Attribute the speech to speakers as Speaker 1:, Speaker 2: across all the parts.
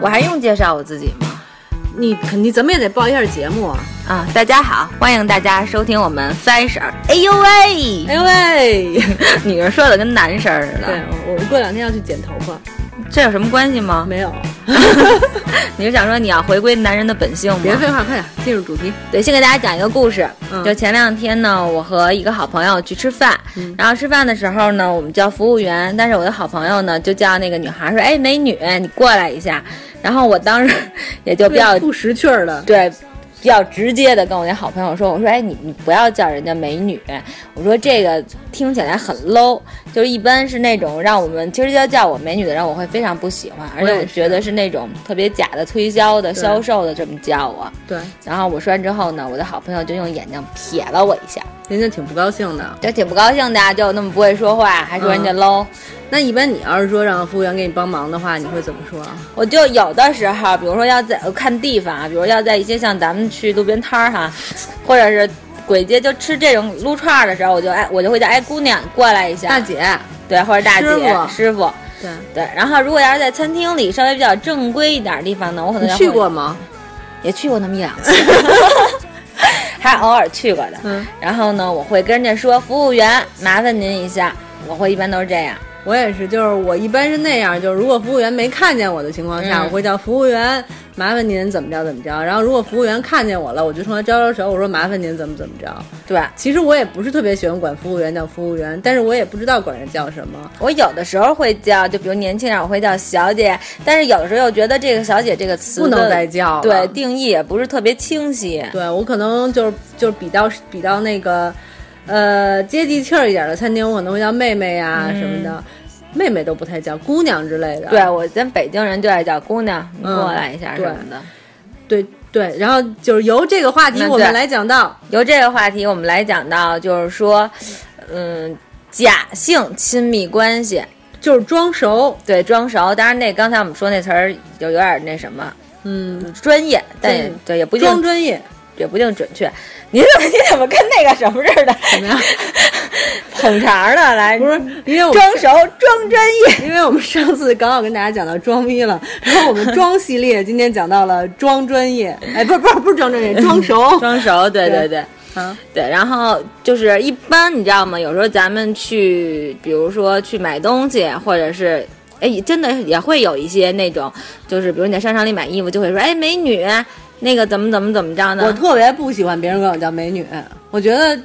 Speaker 1: 我还用介绍我自己吗？
Speaker 2: 你肯定怎么也得报一下节目啊！
Speaker 1: 啊，大家好，欢迎大家收听我们三婶儿。哎呦 喂，
Speaker 2: 哎呦喂，
Speaker 1: 女人说的跟男生似
Speaker 2: 对
Speaker 1: 的，
Speaker 2: 我我过两天要去剪头发，
Speaker 1: 这有什么关系 吗？
Speaker 2: 没有，
Speaker 1: 你是想说你要回归男人的本性吗？
Speaker 2: 别废话，快点进入主题。
Speaker 1: 对，先给大家讲一个故事。
Speaker 2: 嗯
Speaker 1: 就前两天呢，我和一个好朋友去吃饭，
Speaker 2: 嗯
Speaker 1: 然后吃饭的时候呢，我们叫服务员，但是我的好朋友呢就叫那个女孩说：“哎，美女，你过来一下。”然后我当时 也就比较
Speaker 2: 不识趣儿的，
Speaker 1: 对。比较直接的跟我那好朋友说，我说，哎，你你不要叫人家美女，我说这个听起来很 low，就是一般是那种让我们其实要叫我美女的人，我会非常不喜欢，而且
Speaker 2: 我
Speaker 1: 我
Speaker 2: 也是
Speaker 1: 觉得是那种特别假的推销的、
Speaker 2: 对
Speaker 1: 销售的这么叫我。
Speaker 2: 对，
Speaker 1: 然后我说完之后呢，我的好朋友就用眼睛瞥了我一下，
Speaker 2: 人家挺不高兴的。
Speaker 1: 就挺不高兴的啊，就那么不会说话，还说人
Speaker 2: 嗯
Speaker 1: 家 low。
Speaker 2: 那一般你要是说让服务员给你帮忙的话，你会怎么说啊？
Speaker 1: 我就有的时候，比如说要在呃看地方啊，比如要在一些像咱们去路边摊儿哈，或者是鬼街就吃这种撸串儿的时候，我就哎我就会叫哎姑娘过来一下，
Speaker 2: 大姐，
Speaker 1: 对，或者大姐
Speaker 2: 师傅
Speaker 1: 师傅。
Speaker 2: 对，
Speaker 1: 对，然后如果要是在餐厅里稍微比较正规一点的地方呢，我可能
Speaker 2: 你
Speaker 1: 要
Speaker 2: 去
Speaker 1: 会
Speaker 2: 过吗？
Speaker 1: 也去过那么一 两次，还偶尔去过的。
Speaker 2: 嗯，
Speaker 1: 然后呢，我会跟人家说服务员，麻烦您一下，我会一般都是这样。
Speaker 2: 我也是，就是我一般是那样，就是如果服务员没看见我的情况下，
Speaker 1: 嗯
Speaker 2: 我会叫服务员，麻烦您怎么着怎么着。然后如果服务员看见我了，我就冲他招招手，我说麻烦您怎么怎么着。
Speaker 1: 对
Speaker 2: 其实我也不是特别喜欢管服务员叫服务员，但是我也不知道管人叫什么。
Speaker 1: 我有的时候会叫，就比如年轻点，我会叫小姐，但是有的时候又觉得这个“小姐”这个词
Speaker 2: 不能
Speaker 1: 的
Speaker 2: 再叫了
Speaker 1: 对定义也不是特别清晰。
Speaker 2: 对我可能就是就是比较比较那个，呃，接地气儿一点的餐厅，我可能会叫妹妹呀、什么的，妹妹都不太叫，姑娘之类的。
Speaker 1: 嗯对我咱北京人就爱叫姑娘，你过来一下
Speaker 2: 嗯
Speaker 1: 什么的。
Speaker 2: 对对，然后就是由这个话题
Speaker 1: 那
Speaker 2: 我们
Speaker 1: 对
Speaker 2: 来讲到，
Speaker 1: 由这个话题，我们来讲到就是说，嗯，假性亲密关系，
Speaker 2: 就是装熟，
Speaker 1: 对装熟。当然，那刚才我们说那词儿就有点那什么
Speaker 2: 嗯，
Speaker 1: 专业，但也
Speaker 2: 专
Speaker 1: 对也不一
Speaker 2: 装
Speaker 1: 定
Speaker 2: 专业。
Speaker 1: 也不一定准确。你怎么你 怎么跟那个什么似的？
Speaker 2: 怎么样？
Speaker 1: 捧场呢？来，
Speaker 2: 不是，因为我
Speaker 1: 装熟装专业。
Speaker 2: 因为我们上次刚好跟大家讲到装逼了， 然后我们装系列今天讲到了装专业，哎，不是不是不是装专业，装 熟
Speaker 1: 装熟，对对对
Speaker 2: 啊，
Speaker 1: 对，然后就是一般你知道吗？有时候咱们去，比如说去买东西，或者是。哎，真的也会有一些那种，就是比如你在商场里买衣服，就会说，哎，美女，那个怎么怎么怎么着呢？
Speaker 2: 我特别不喜欢别人管我叫美女，我觉得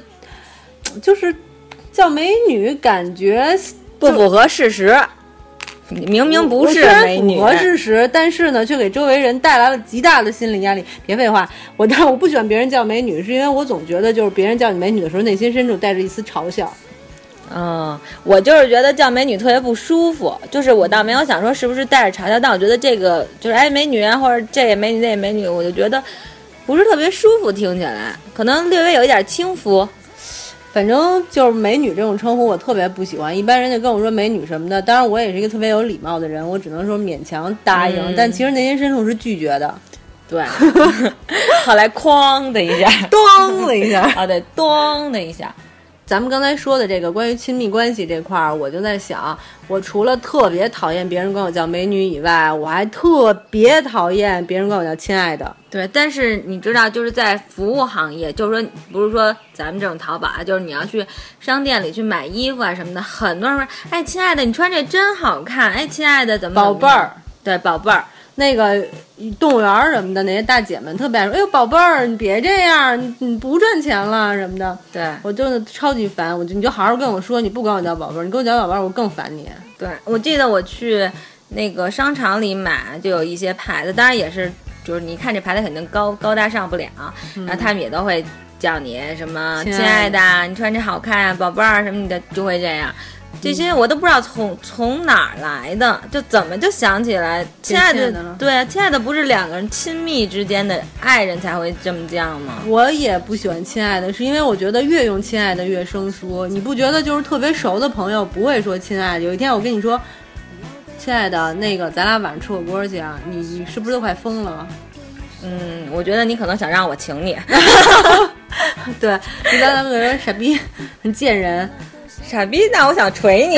Speaker 2: 就是叫美女感觉
Speaker 1: 不符合事实，你明明不
Speaker 2: 我虽
Speaker 1: 是
Speaker 2: 然
Speaker 1: 美女
Speaker 2: 符，合事实，但是呢，却给周围人带来了极大的心理压力。别废话，我 但我不喜欢别人叫美女，是因为我总觉得就是别人叫你美女的时候，内心深处带着一丝嘲笑。
Speaker 1: 嗯，我就是觉得叫美女特别不舒服，就是我倒没有想说是不是带着嘲笑，但我觉得这个就是哎美女啊，或者这也美女那也美女，我就觉得不是特别舒服，听起来可能略微有一点轻浮。
Speaker 2: 反正就是美女这种称呼，我特别不喜欢。一般人就跟我说美女什么的，当然我也是一个特别有礼貌的人，我只能说勉强答应，
Speaker 1: 嗯
Speaker 2: 但其实内心深处是拒绝的。
Speaker 1: 对，后来哐的一下，
Speaker 2: 咚的一下，
Speaker 1: 啊对，咚的一下，
Speaker 2: 咱们刚才说的这个关于亲密关系这块儿，我就在想，我除了特别讨厌别人管我叫美女以外，我还特别讨厌别人管我叫亲爱的。
Speaker 1: 对，但是你知道，就是在服务行业，就是说，不是说咱们这种淘宝啊，就是你要去商店里去买衣服啊什么的，很多人说，哎，亲爱的，你穿这真好看，哎，亲爱的，怎么
Speaker 2: 宝贝，儿，
Speaker 1: 怎么样对，宝贝儿，
Speaker 2: 那个动物园儿什么的那些大姐们特别爱说，哎呦宝贝儿，你别这样，你你不赚钱了什么的，
Speaker 1: 对
Speaker 2: 我真的超级烦。我就你就好好跟我说，你不管我叫宝贝儿，你跟我叫宝贝儿，我更烦你。
Speaker 1: 对，我记得我去那个商场里买，就有一些牌子，当然也是，就是你一看这牌子肯定高高大上不了，然后他们也都会叫你什么嗯
Speaker 2: 亲
Speaker 1: 亲
Speaker 2: 爱
Speaker 1: 爱的啊，你穿这好看啊，宝贝儿啊什么的，就会这样。这些我都不知道从从哪儿来的，就怎么就想起来，亲爱
Speaker 2: 亲爱
Speaker 1: 的
Speaker 2: 的了，
Speaker 1: 对啊，亲爱的不是两个人亲密之间的爱人才会这么叫吗？
Speaker 2: 我也不喜欢“亲爱的”，是因为我觉得越用“亲爱的”越生疏。你不觉得就是特别熟的朋友不会说“亲爱的”？有一天我跟你说：“亲爱的，那个咱俩晚上吃火锅去啊！”你你是不是都快疯了？
Speaker 1: 嗯，我觉得你可能想让我请你，
Speaker 2: 对，你刚才那个人傻逼，很贱人。
Speaker 1: 啊傻逼，那我想捶你。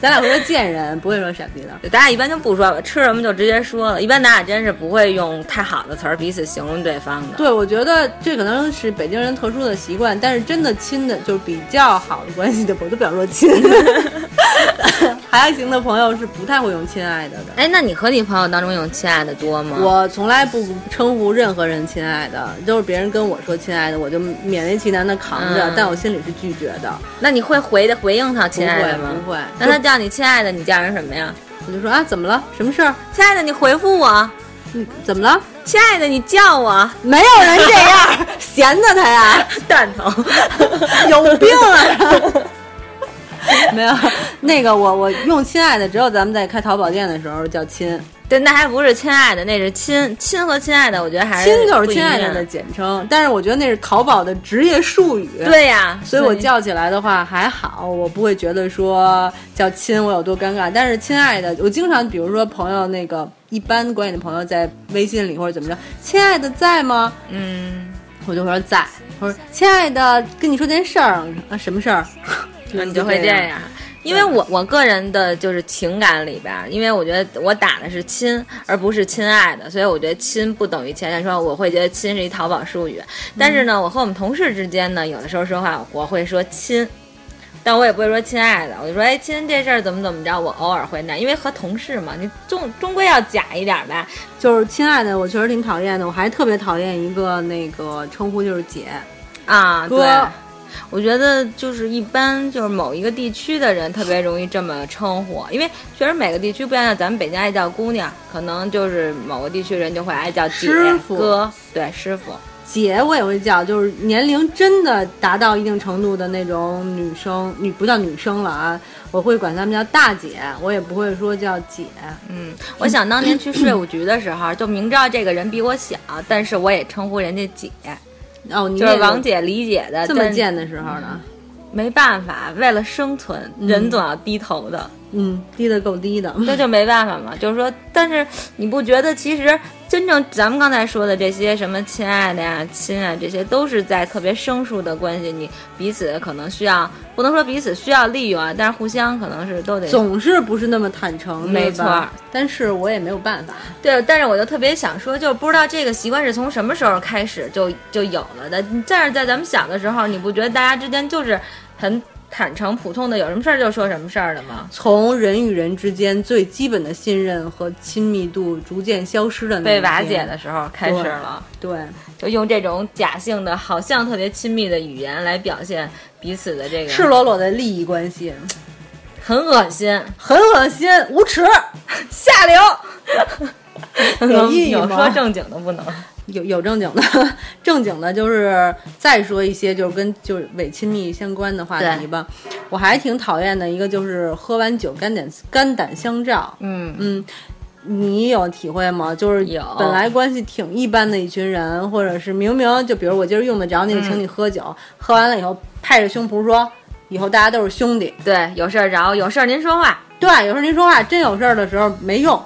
Speaker 2: 咱俩会说贱人，不会说傻逼的。
Speaker 1: 咱俩一般就不说吃什么就直接说了，一般咱俩真是不会用太好的词儿彼此形容对方的。
Speaker 2: 对，我觉得这可能是北京人特殊的习惯，但是真的亲的，就是比较好的关系的，我都不想说亲， 还行的朋友是不太会用亲爱的的。
Speaker 1: 哎，那你和你朋友当中用亲爱的多吗？
Speaker 2: 我从来不称呼任何人亲爱的，都是别人跟我说亲爱的，我就勉为其难的扛着，
Speaker 1: 嗯
Speaker 2: 但我心里是拒绝的。
Speaker 1: 那你会回的回应他亲爱的吗？
Speaker 2: 不会不会
Speaker 1: 那他叫你亲爱的，你叫人什么呀？
Speaker 2: 我就说啊，怎么了？什么事儿？
Speaker 1: 亲爱的，你回复我。
Speaker 2: 嗯，怎么了？
Speaker 1: 亲爱的，你叫我
Speaker 2: 没有人这样，闲的他呀，
Speaker 1: 蛋疼。
Speaker 2: 有病啊！ 没有，那个我我用亲爱的，只有咱们在开淘宝店的时候叫亲，
Speaker 1: 对，那还不是亲爱的，那是亲亲和亲爱的，我觉得还是
Speaker 2: 亲就是
Speaker 1: 不一
Speaker 2: 亲爱
Speaker 1: 样
Speaker 2: 的的。简称，但是我觉得那是淘宝的职业术语。。
Speaker 1: 对呀，
Speaker 2: 所以我叫起来的话还好，我不会觉得说叫亲我有多尴尬。但是亲爱的，我经常比如说朋友那个一般关系的朋友在微信里或者怎么着，亲爱的在吗？
Speaker 1: 嗯，
Speaker 2: 我就会说在，我说亲爱的跟你说件事儿啊，什么 事儿？
Speaker 1: 那嗯你就会这样。嗯因为我我个人的就是情感里边儿，因为我觉得我打的是亲，而不是亲爱的，所以我觉得亲不等于亲爱的。说我会觉得亲是一淘宝术语，但是呢，我和我们同事之间呢，有的时候说话我会说亲，但我也不会说亲爱的，我就说哎亲这事儿怎么怎么着，我偶尔会那样，因为和同事嘛，你终终归要假一点儿吧。
Speaker 2: 就是亲爱的，我确实挺讨厌的，我还特别讨厌一个那个称呼就是姐
Speaker 1: 啊，
Speaker 2: 哥
Speaker 1: 对，我觉得就是一般就是某一个地区的人特别容易这么称呼，因为确实每个地区不一样，像咱们北京爱叫姑娘，可能就是某个地区人就会爱叫姐哎
Speaker 2: 师傅
Speaker 1: 哥，对师傅。
Speaker 2: 姐，我也会叫，就是年龄真的达到一定程度的那种女生，女不叫女生了啊，我会管她们叫大姐，我也不会说叫姐。
Speaker 1: 嗯，我想当年 去税务局的时候，就明知道这个人比我小，但是我也称呼人家姐，
Speaker 2: 哦，你
Speaker 1: 就是
Speaker 2: 那个
Speaker 1: 王姐、李姐的，
Speaker 2: 这么
Speaker 1: 但
Speaker 2: 贱的时候呢？
Speaker 1: 没办法，为了生存，人总要低头的。
Speaker 2: 嗯，低的够低的。
Speaker 1: 这就没办法嘛，就是说，但是你不觉得其实真正咱们刚才说的这些什么亲爱的呀、亲啊，这些都是在特别生疏的关系，你彼此可能需要，不能说彼此需要利用啊，但是互相可能是都得
Speaker 2: 总是不是那么坦诚，
Speaker 1: 没
Speaker 2: 对吧
Speaker 1: 错。
Speaker 2: 但是我也没有办法，
Speaker 1: 对。但是我就特别想说，就是不知道这个习惯是从什么时候开始就就有了的。但是在咱们小的时候，你不觉得大家之间就是很坦诚、普通的，有什么事儿就说什么事儿的吗？
Speaker 2: 从人与人之间最基本的信任和亲密度逐渐消失的那一
Speaker 1: 被瓦解
Speaker 2: 天
Speaker 1: 的时候开始
Speaker 2: 对
Speaker 1: 了。
Speaker 2: 对，
Speaker 1: 就用这种假性的，好像特别亲密的语言来表现彼此的这个，
Speaker 2: 赤裸裸的利益关系，
Speaker 1: 很恶心，
Speaker 2: 很恶心，无耻。
Speaker 1: 下流。
Speaker 2: 有意义
Speaker 1: 有
Speaker 2: 吗
Speaker 1: 说正经的不能，
Speaker 2: 有有正经的，正经的就是再说一些就是跟就是伪亲密相关的话题
Speaker 1: 对
Speaker 2: 吧。我还挺讨厌的一个就是喝完酒肝胆肝胆相照，
Speaker 1: 嗯，
Speaker 2: 嗯。你有体会吗？就是
Speaker 1: 有
Speaker 2: 本来关系挺一般的一群人，或者是明明就比如我今儿用得着你，
Speaker 1: 嗯
Speaker 2: 请你喝酒，喝完了以后拍着胸脯说，以后大家都是兄弟。
Speaker 1: 对，有事儿找我，有事儿您说话。
Speaker 2: 对，有时候您说话真有事儿的时候没用，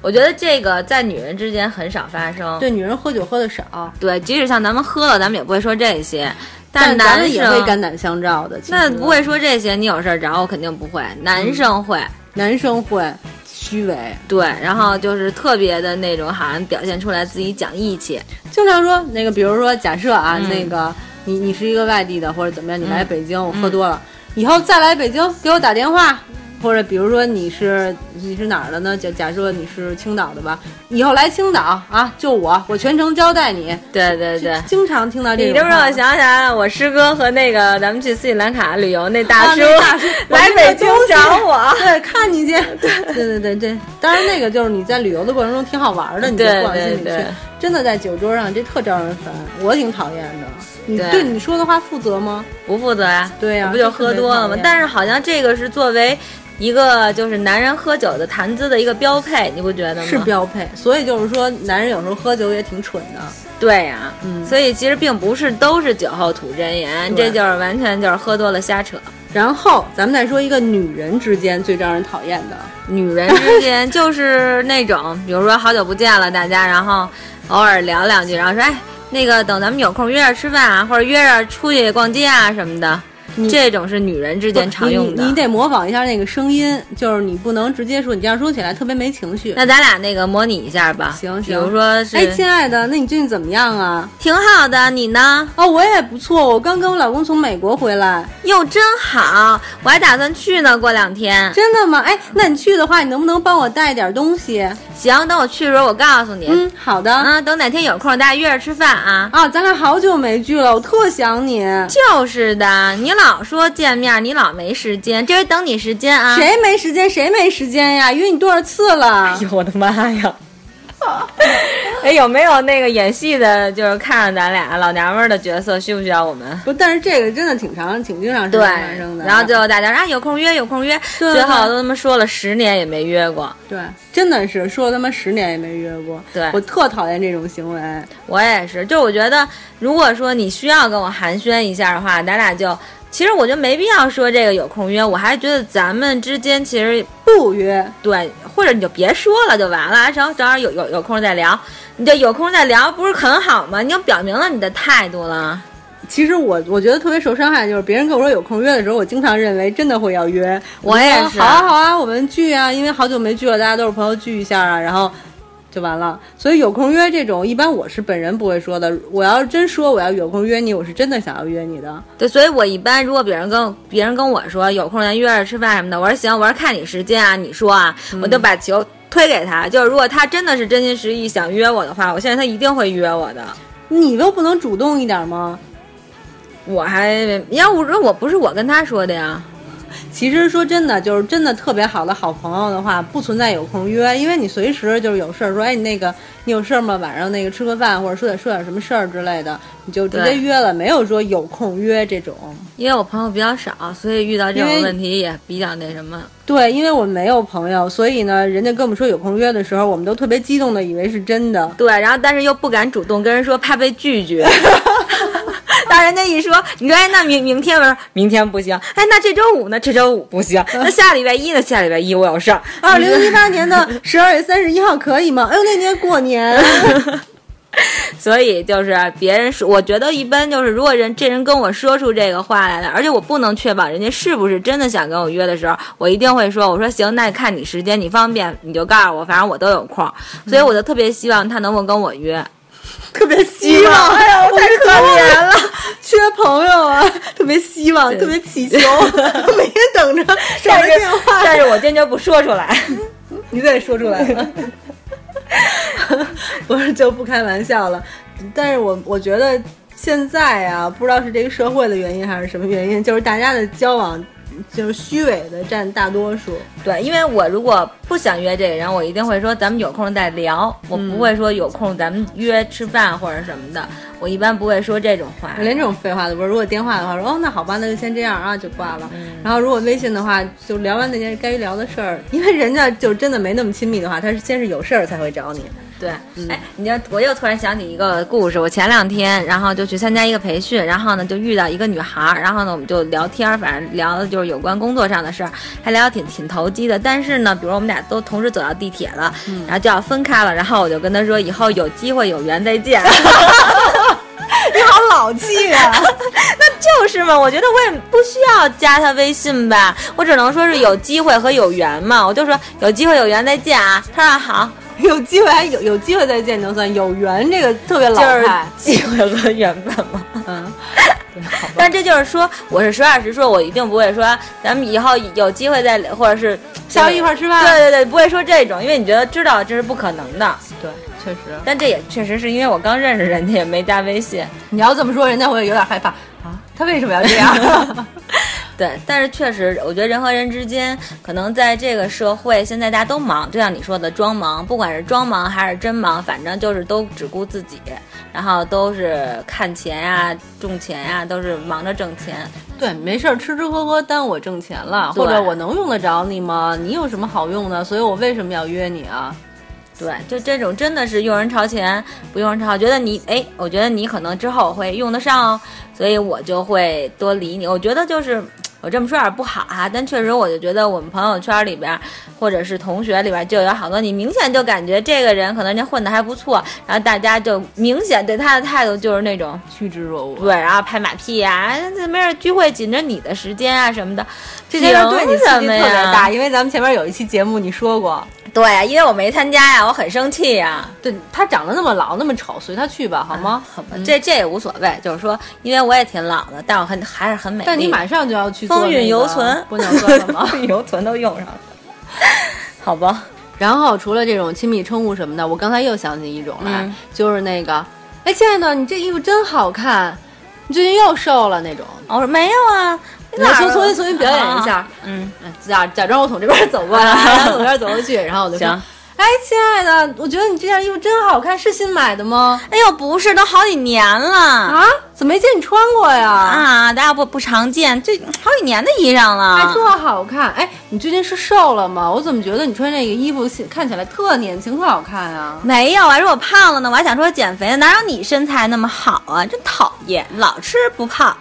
Speaker 1: 我觉得这个在女人之间很少发生，
Speaker 2: 对女人喝酒喝的少，
Speaker 1: 对，即使像咱们喝了，咱们也不会说这些，
Speaker 2: 但咱
Speaker 1: 男
Speaker 2: 们
Speaker 1: 生
Speaker 2: 也会肝胆相照的。其
Speaker 1: 那
Speaker 2: 实
Speaker 1: 不会说这些，你有事儿找我肯定不会，男生会。
Speaker 2: 男生会虚伪，
Speaker 1: 对，然后就是特别的那种，好像表现出来自己讲义气，
Speaker 2: 经常说那个，比如说假设啊，
Speaker 1: 嗯
Speaker 2: 那个你你是一个外地的或者怎么样，你来北京，我喝
Speaker 1: 嗯
Speaker 2: 多了，以后再来北京给我打电话。或者比如说你是你是哪儿的呢？假假设你是青岛的吧，以后来青岛啊，就我，我全程招待你。
Speaker 1: 对对对，
Speaker 2: 经常听到这
Speaker 1: 你
Speaker 2: 种
Speaker 1: 这
Speaker 2: 话。
Speaker 1: 么让我想起来了，我师哥和那个咱们去斯里兰卡旅游那大
Speaker 2: 啊
Speaker 1: 叔，
Speaker 2: 那大叔
Speaker 1: 来北京找我。
Speaker 2: 对，哎看你去，对 对对对，当然那个就是你在旅游的过程中挺好玩的，你就
Speaker 1: 对
Speaker 2: 不往心里去。
Speaker 1: 对对
Speaker 2: 真的在酒桌上这特招人烦，我挺讨厌的。你
Speaker 1: 对
Speaker 2: 对你说的话负责吗？
Speaker 1: 不负责呀、
Speaker 2: 对呀
Speaker 1: 我不就喝多了吗
Speaker 2: 这特别讨厌？
Speaker 1: 但是好像这个是作为一个就是男人喝酒的谈资的一个标配，你不觉得吗？
Speaker 2: 是标配，所以就是说，男人有时候喝酒也挺蠢的。
Speaker 1: 对呀、
Speaker 2: 嗯
Speaker 1: 所以其实并不是都是酒后吐真言，
Speaker 2: 对
Speaker 1: 这就是完全就是喝多了瞎扯。
Speaker 2: 然后咱们再说一个女人之间最招人讨厌的，
Speaker 1: 女人之间就是那种，比如说好久不见了，大家然后偶尔聊两句，然后说哎，那个等咱们有空约着吃饭啊，或者约着出去逛街啊什么的。这种是女人之间常用
Speaker 2: 你你
Speaker 1: 的。
Speaker 2: 得模仿一下那个声音，就是你不能直接说，你这样说起来特别没情绪。
Speaker 1: 那咱俩那个模拟一下吧，
Speaker 2: 行行
Speaker 1: 比如说是，
Speaker 2: 哎，亲爱的，那你最近怎么样啊？
Speaker 1: 挺好的，你呢？
Speaker 2: 哦，我也不错，我刚跟我老公从美国回来。
Speaker 1: 哟，真好，我还打算去呢，过两天。
Speaker 2: 真的吗？哎，那你去的话，你能不能帮我带点东西？
Speaker 1: 行，等我去的时候我告诉你。
Speaker 2: 嗯，好的。
Speaker 1: 啊，等哪天有空大家约着吃饭啊。
Speaker 2: 啊，咱俩好久没聚了，我特想你。
Speaker 1: 就是的，你老说见面，你老没时间，这回等你时间啊。
Speaker 2: 谁没时间？谁没时间呀？约你多少 次了？
Speaker 1: 哎呦我的妈 呀！哎，有没有那个演戏的，就是看上咱俩老娘们儿的角色，需不需要我们？
Speaker 2: 不，但是这个真的挺常，挺经常是
Speaker 1: 对
Speaker 2: 发生，的。
Speaker 1: 然后最后大家说啊，有空约，有空约，
Speaker 2: 对
Speaker 1: 最后都他妈说了十年也没约过。
Speaker 2: 对，真的是说了他妈十年也没约过。
Speaker 1: 对
Speaker 2: 我特讨厌这种行为。
Speaker 1: 我也是，就我觉得，如果说你需要跟我寒暄一下的话，咱俩就，其实我觉得没必要说这个有空约，我还觉得咱们之间其实
Speaker 2: 不约，
Speaker 1: 对，或者你就别说了就完了，正好正好有有有空再聊，你就有空再聊，不是很好吗？你就表明了你的态度了。
Speaker 2: 其实我我觉得特别受伤害，就是别人跟我说有空约的时候，我经常认为真的会要约。
Speaker 1: 我也
Speaker 2: 就说
Speaker 1: 是
Speaker 2: 好啊好啊，我们聚啊，因为好久没聚了，大家都是朋友聚一下啊，然后就完了。所以有空约这种，一般我是本人不会说的。我要是真说我要有空约你，我是真的想要约你的。
Speaker 1: 对，所以我一般如果别人跟别人跟我说有空咱约着吃饭什么的，我说行，我说看你时间啊，你说啊，我
Speaker 2: 嗯
Speaker 1: 就把球推给他。就是如果他真的是真心实意想约我的话，我相信他一定会约我的。
Speaker 2: 你都不能主动一点吗？
Speaker 1: 我还要我说我不是我跟他说的呀，
Speaker 2: 其实说真的，就是真的特别好的好朋友的话，不存在有空约，因为你随时就是有事儿说，哎，你那个你有事儿吗？晚上那个吃个饭，或者说点说点什么事儿之类的，你就直接
Speaker 1: 对
Speaker 2: 约了，没有说有空约这种。
Speaker 1: 因为我朋友比较少，所以遇到这
Speaker 2: 因
Speaker 1: 种
Speaker 2: 为
Speaker 1: 问题也比较那什么。
Speaker 2: 对，因为我没有朋友，所以呢，人家跟我们说有空约的时候，我们都特别激动的以为是真的。
Speaker 1: 对，然后但是又不敢主动跟人说，怕被拒 绝。当人家一说，你说哎，那明明天我说明天不行，哎，那这周五呢？这周五不行，那下礼拜一呢？下礼拜一我有事儿。
Speaker 2: 二零一八年的 十二月三十一号可以吗？哎呦，那年过年，
Speaker 1: 所以就是别人说，我觉得一般就是，如果人这人跟我说出这个话来了，而且我不能确保人家是不是真的想跟我约的时候，我一定会说，我说行，那看你时间，你方便你就告诉我，反正我都有空。
Speaker 2: 嗯
Speaker 1: 所以我就特别希望他能够跟我 约。
Speaker 2: 特别希望，哎呀，我太可怜了，缺朋友啊，特别希望，特别祈 求，每天等 着找着电话，
Speaker 1: 但是我坚决不说出来。
Speaker 2: 你再说出来 了，我是就不开玩笑了。但是我我觉得现在啊，不知道是这个社会的原因还是什么原因，就是大家的交往就是虚伪的占大多数。
Speaker 1: 对，因为我如果不想约这个人，我一定会说咱们有空再聊，我不会说有空咱们约吃饭或者什么的，我一般不会说这种话
Speaker 2: 我。连这种废话都不是。如果电话的话，说哦，那好吧，那就先这样啊，就挂了。然后如果微信的话，就聊完那件该聊的事儿，因为人家就真的没那么亲密的话，他是先是有事儿才会找你。
Speaker 1: 对，
Speaker 2: 嗯
Speaker 1: 哎，你就我又突然想起一个故事，我前两天然后就去参加一个培训，然后呢就遇到一个女孩儿，然后呢我们就聊天儿，反正聊的就是有关工作上的事儿，还聊得挺挺投机的。但是呢，比如我们俩都同时走到地铁了，
Speaker 2: 嗯
Speaker 1: 然后就要分开了，然后我就跟她说以后有机会有缘再见。
Speaker 2: 你好老气啊！
Speaker 1: 就是嘛，我觉得我也不需要加他微信吧，我只能说是有机会和有缘嘛。我就说有机会有缘再见啊。他说好，
Speaker 2: 有机会还有有机会再见就算，有缘这个特别老
Speaker 1: 就是
Speaker 2: 派。
Speaker 1: 机会和缘分嘛。
Speaker 2: 嗯，对，好吧。
Speaker 1: 但这就是说，我是实话实说，我一定不会说咱们以后有机会再聊，或者 是
Speaker 2: 下回一块儿吃饭
Speaker 1: 对对对，不会说这种，因为你觉得知道这是不可能的。
Speaker 2: 对，确实，
Speaker 1: 但这也确实是因为我刚认识人家，也没加微信。
Speaker 2: 你要这么说，人家会有点害怕啊。他为什么要这样？
Speaker 1: 对，但是确实，我觉得人和人之间，可能在这个社会，现在大家都忙，就像你说的装忙，不管是装忙还是真忙，反正就是都只顾自己，然后都是看钱呀、挣钱呀、都是忙着挣钱。
Speaker 2: 对，没事儿，吃吃喝喝耽误我挣钱了，
Speaker 1: 对
Speaker 2: 或者我能用得着你吗？你有什么好用的？所以我为什么要约你啊？
Speaker 1: 对，就这种真的是用人朝前，不用人朝后。觉得你，哎，我觉得你可能之后会用得上哦，所以我就会多理你。我觉得就是我这么说有点不好哈、但确实我就觉得我们朋友圈里边或者是同学里边就有好多你明显就感觉这个人可能人家混的还不错，然后大家就明显对他的态度就是那种
Speaker 2: 趋之若鹜。
Speaker 1: 对，然后拍马屁呀、哎这没事聚会紧着你的时间啊什么的，
Speaker 2: 这件事对你
Speaker 1: 凭
Speaker 2: 刺
Speaker 1: 什
Speaker 2: 激
Speaker 1: 么
Speaker 2: 特别
Speaker 1: 呀？
Speaker 2: 大，因为咱们前面有一期节目你说过，
Speaker 1: 对，因为我没参加呀，我很生气呀。
Speaker 2: 对他长得那么老那么丑，随他去吧，
Speaker 1: 嗯
Speaker 2: 好吗？
Speaker 1: 好吧，这这也无所谓，就是说，因为我也挺老的，但我很还是很美丽。
Speaker 2: 但你马上就要去做
Speaker 1: 风韵
Speaker 2: 那个
Speaker 1: 犹存，
Speaker 2: 玻尿酸了吗？
Speaker 1: 风韵犹存都用上了， 好吧？
Speaker 2: 然后除了这种亲密称呼什么的，我刚才又想起一种来，
Speaker 1: 嗯
Speaker 2: 就是那个，哎，亲爱的，你这衣服真好看，你最近又瘦了那种。
Speaker 1: 我说没有啊，你
Speaker 2: 你来
Speaker 1: 哪
Speaker 2: 重
Speaker 1: 儿
Speaker 2: 重新重新表演一下
Speaker 1: 啊，嗯，
Speaker 2: 嗯假假装我从这边走过来，
Speaker 1: 啊
Speaker 2: 然后从这边走过去，然后我就说
Speaker 1: 行，
Speaker 2: 哎，亲爱的，我觉得你这件衣服真好看，是新买的吗？
Speaker 1: 哎呦，不是，都好几年了
Speaker 2: 啊，怎么没见你穿过呀？
Speaker 1: 啊，大家不不常见，这好几年的衣裳
Speaker 2: 还
Speaker 1: 了。
Speaker 2: 特好看！哎，你最近是瘦了吗？我怎么觉得你穿这个衣服显看起来特年轻、特好看啊？
Speaker 1: 没有啊，如果胖了呢，我还想说减肥呢，哪有你身材那么好啊？真讨厌，老吃不胖。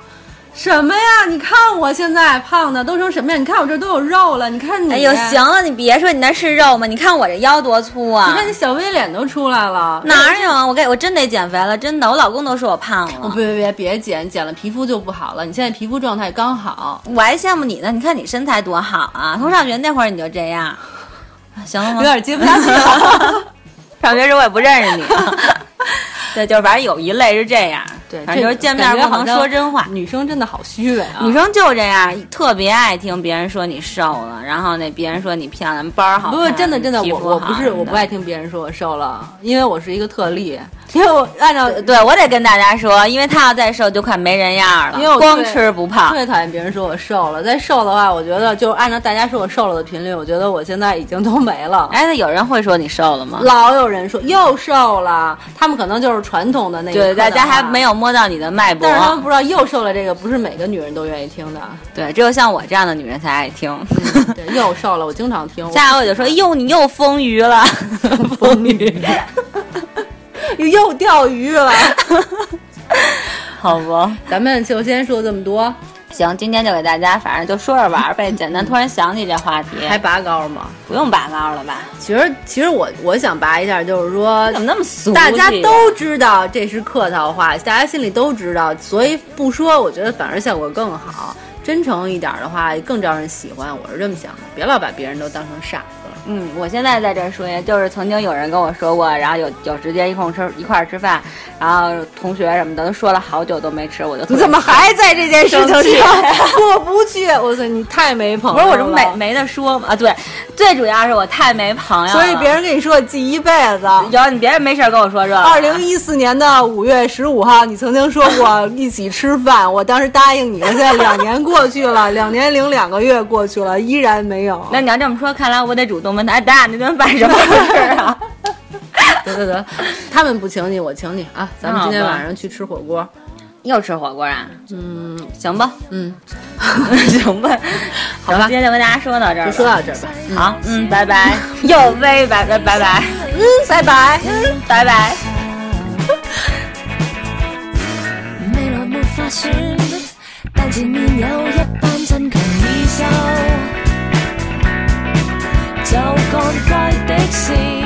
Speaker 2: 什么呀？你看我现在胖的都成什么样？你看我这都有肉了，你看你，
Speaker 1: 哎呦，行，了，你别说你那是肉吗？你看我这腰多粗啊！
Speaker 2: 你看你小 V 脸都出来了。
Speaker 1: 哪有啊？我给我真得减肥了，真的，我老公都说我胖
Speaker 2: 哦
Speaker 1: 了，
Speaker 2: 别别别别减，减了皮肤就不好了。你现在皮肤状态刚好，
Speaker 1: 我还羡慕你呢。你看你身材多好啊！从上学那会儿你就这样，啊 行了
Speaker 2: 有
Speaker 1: 吗？
Speaker 2: 点接不下 去了。
Speaker 1: 上学时候我也不认识 你。对，就是反正有一类是这样，
Speaker 2: 对，
Speaker 1: 反正就是
Speaker 2: 这
Speaker 1: 见面
Speaker 2: 感觉
Speaker 1: 不能
Speaker 2: 好像
Speaker 1: 说真话。
Speaker 2: 女生真的好虚伪啊！
Speaker 1: 女生就这样，特别爱听别人说你瘦了，然后那别人说你漂亮，包儿好
Speaker 2: 不
Speaker 1: 看
Speaker 2: 不，真的真的，
Speaker 1: 皮
Speaker 2: 我
Speaker 1: 肤
Speaker 2: 我不
Speaker 1: 好
Speaker 2: 是我不爱听别人说我瘦了，因为我是一个特例，因为我按照
Speaker 1: 对，我得跟大家说，因为她要再瘦就快没人样
Speaker 2: 因为我
Speaker 1: 了，光
Speaker 2: 对
Speaker 1: 吃不胖
Speaker 2: 特。别讨厌别人说我瘦了。再瘦的话，我觉得就按照大家说我瘦了的频率，我觉得我现在已经都没了。
Speaker 1: 哎，那有人会说你瘦了吗？
Speaker 2: 老有人说又瘦了，他们可能就是传统的那个，
Speaker 1: 对，大家还没。有摸到你的脉搏
Speaker 2: 但，是他们不知道又瘦了这个不是每个女人都愿意听 的，
Speaker 1: 对，只有像我这样的女人才爱听。
Speaker 2: 对，又瘦了，我经常听。
Speaker 1: 下回我就说，哟，你又丰腴了，丰腴，
Speaker 2: 又又钓鱼了。
Speaker 1: 好不？
Speaker 2: 咱们就先说这么多，
Speaker 1: 行，今天就给大家，反正就说着玩儿呗，简单。突然想起这话题，
Speaker 2: 还拔高吗？
Speaker 1: 不用拔高了吧？
Speaker 2: 其实其实我我想拔一下，就是说
Speaker 1: 你怎么那啊么俗气？
Speaker 2: 大家都知道这是客套话，大家心里都知道，所以不说，我觉得反而效果更好。真诚一点的话，更招人喜欢。我是这么想的，别老把别人都当成傻子。
Speaker 1: 嗯，我现在在这儿说，就是曾经有人跟我说过，然后有有直接一块儿吃一块儿吃饭，然后同学什么的都说了好久都没吃，我就特别
Speaker 2: 还在这 件
Speaker 1: 生气
Speaker 2: 过不去？我操，你太没朋友
Speaker 1: 不是我这
Speaker 2: 了
Speaker 1: 不没没得说嘛？啊，对，最主要是我太没朋友了，
Speaker 2: 所以别人跟你说记一辈子。
Speaker 1: 有你别人没事儿跟我说这个。
Speaker 2: 二零一四年的五月十五号，你曾经说过一起吃饭，我当时答应你了。现在两年过去 了，两年零两个月过去了，依然没有。
Speaker 1: 那你要这么说，看来我得主动问他，哎，咱俩那顿饭什么事儿啊？
Speaker 2: 得得得，他们不请你，我请你啊！咱们今天
Speaker 1: 那好吧
Speaker 2: 晚上去吃火锅。
Speaker 1: 又吃火锅啊？
Speaker 2: 嗯
Speaker 1: 行 吧，
Speaker 2: 嗯，
Speaker 1: 行吧，
Speaker 2: 好
Speaker 1: 行
Speaker 2: 吧
Speaker 1: 今天就跟大家说到这儿
Speaker 2: 就
Speaker 1: 吧，
Speaker 2: 说到这儿吧。
Speaker 1: 好，嗯，拜拜，又微拜拜拜拜，
Speaker 2: 嗯，拜拜。
Speaker 1: 嗯，拜拜。
Speaker 3: 未來沒法選，但前面有一班真強以秀，就幹街的事。哦